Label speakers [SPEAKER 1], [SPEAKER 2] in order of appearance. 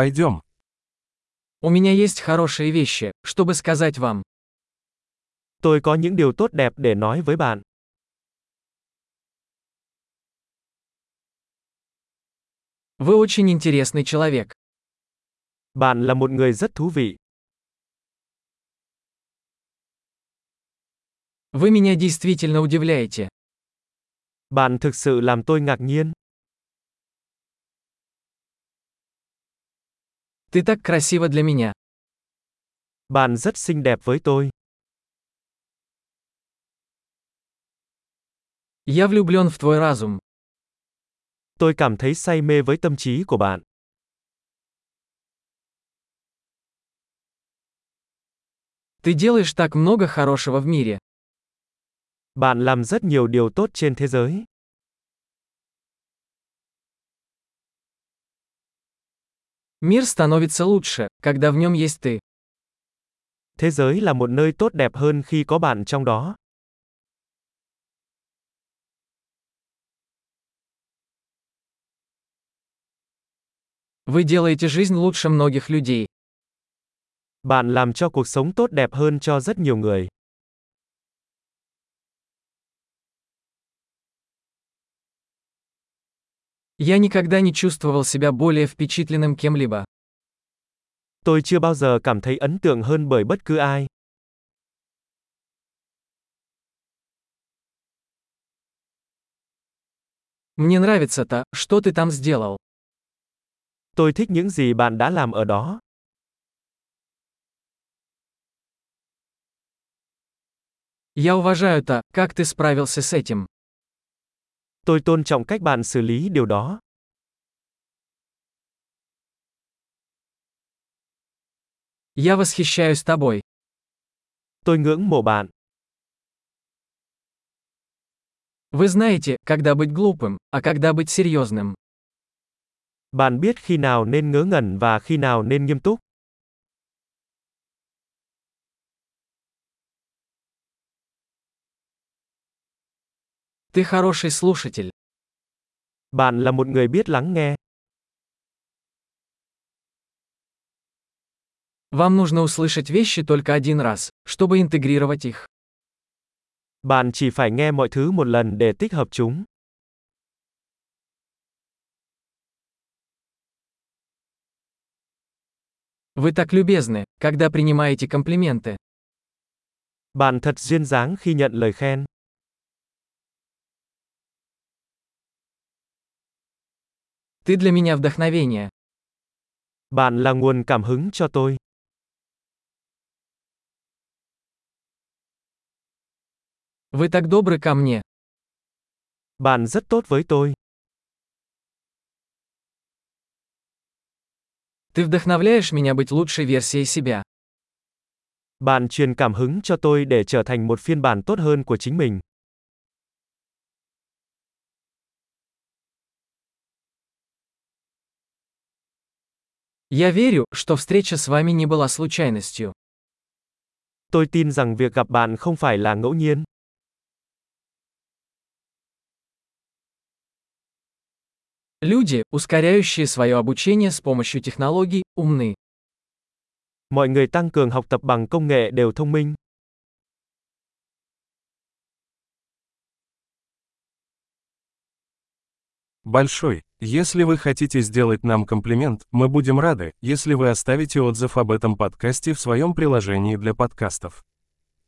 [SPEAKER 1] Пойдем.
[SPEAKER 2] У меня есть хорошие вещи, чтобы сказать вам.
[SPEAKER 3] Tôi có những điều tốt đẹp để nói với bạn.
[SPEAKER 2] Вы очень интересный человек.
[SPEAKER 3] Bạn là một người rất thú vị.
[SPEAKER 2] Вы меня действительно удивляете.
[SPEAKER 3] Bạn thực sự làm tôi ngạc nhiên.
[SPEAKER 2] Ты так красива для меня.
[SPEAKER 3] Bạn rất xinh đẹp với tôi.
[SPEAKER 2] Я влюблен в твой разум.
[SPEAKER 3] Tôi cảm thấy say mê với tâm trí của bạn.
[SPEAKER 2] Ты делаешь так много хорошего в мире.
[SPEAKER 3] Bạn làm rất nhiều điều tốt trên thế giới.
[SPEAKER 2] Мир становится лучше, когда в нем есть ты.
[SPEAKER 3] Thế giới là một nơi tốt đẹp hơn khi có bạn trong đó.
[SPEAKER 2] Вы делаете жизнь лучше многих людей.
[SPEAKER 3] Bạn làm cho cuộc sống tốt đẹp hơn cho rất nhiều người.
[SPEAKER 2] Я никогда не чувствовал себя более впечатленным кем-либо.
[SPEAKER 3] Tôi chưa bao giờ cảm thấy ấn tượng hơn bởi bất cứ ai.
[SPEAKER 2] Мне нравится то, что ты там сделал.
[SPEAKER 3] Tôi thích những gì bạn đã làm ở đó.
[SPEAKER 2] Я уважаю то, как ты справился с этим.
[SPEAKER 3] Tôi tôn trọng cách bạn xử lý điều đó.
[SPEAKER 2] Я восхищаюсь тобой.
[SPEAKER 3] Tôi ngưỡng mộ bạn.
[SPEAKER 2] Вы знаете, когда быть глупым, а когда быть серьезным.
[SPEAKER 3] Bạn biết khi nào nên ngớ ngẩn và khi nào nên nghiêm túc.
[SPEAKER 2] Ты хороший слушатель.
[SPEAKER 3] Bạn là một người biết lắng nghe.
[SPEAKER 2] Вам нужно услышать вещи только один раз, чтобы интегрировать их.
[SPEAKER 3] Bạn chỉ phải nghe mọi thứ một lần để tích hợp chúng.
[SPEAKER 2] Вы так любезны, когда принимаете комплименты.
[SPEAKER 3] Bạn thật duyên dáng khi nhận lời khen.
[SPEAKER 2] Ты для меня вдохновение.
[SPEAKER 3] Bạn là nguồn cảm hứng cho tôi.
[SPEAKER 2] Вы так добры ко мне.
[SPEAKER 3] Bạn rất tốt với tôi.
[SPEAKER 2] Ты вдохновляешь меня быть лучшей версией себя.
[SPEAKER 3] Bạn truyền cảm hứng cho tôi để trở thành một phiên bản tốt hơn của chính mình.
[SPEAKER 2] Я верю, что встреча с вами не была случайностью.
[SPEAKER 3] Tôi tin rằng việc gặp bạn không phải là ngẫu nhiên.
[SPEAKER 2] Люди, ускоряющие свое обучение с помощью технологий, умны.
[SPEAKER 3] Mọi người tăng cường học tập bằng công nghệ đều thông minh.
[SPEAKER 1] Большой, если вы хотите сделать нам комплимент, мы будем рады, если вы оставите отзыв об этом подкасте в своем приложении для подкастов.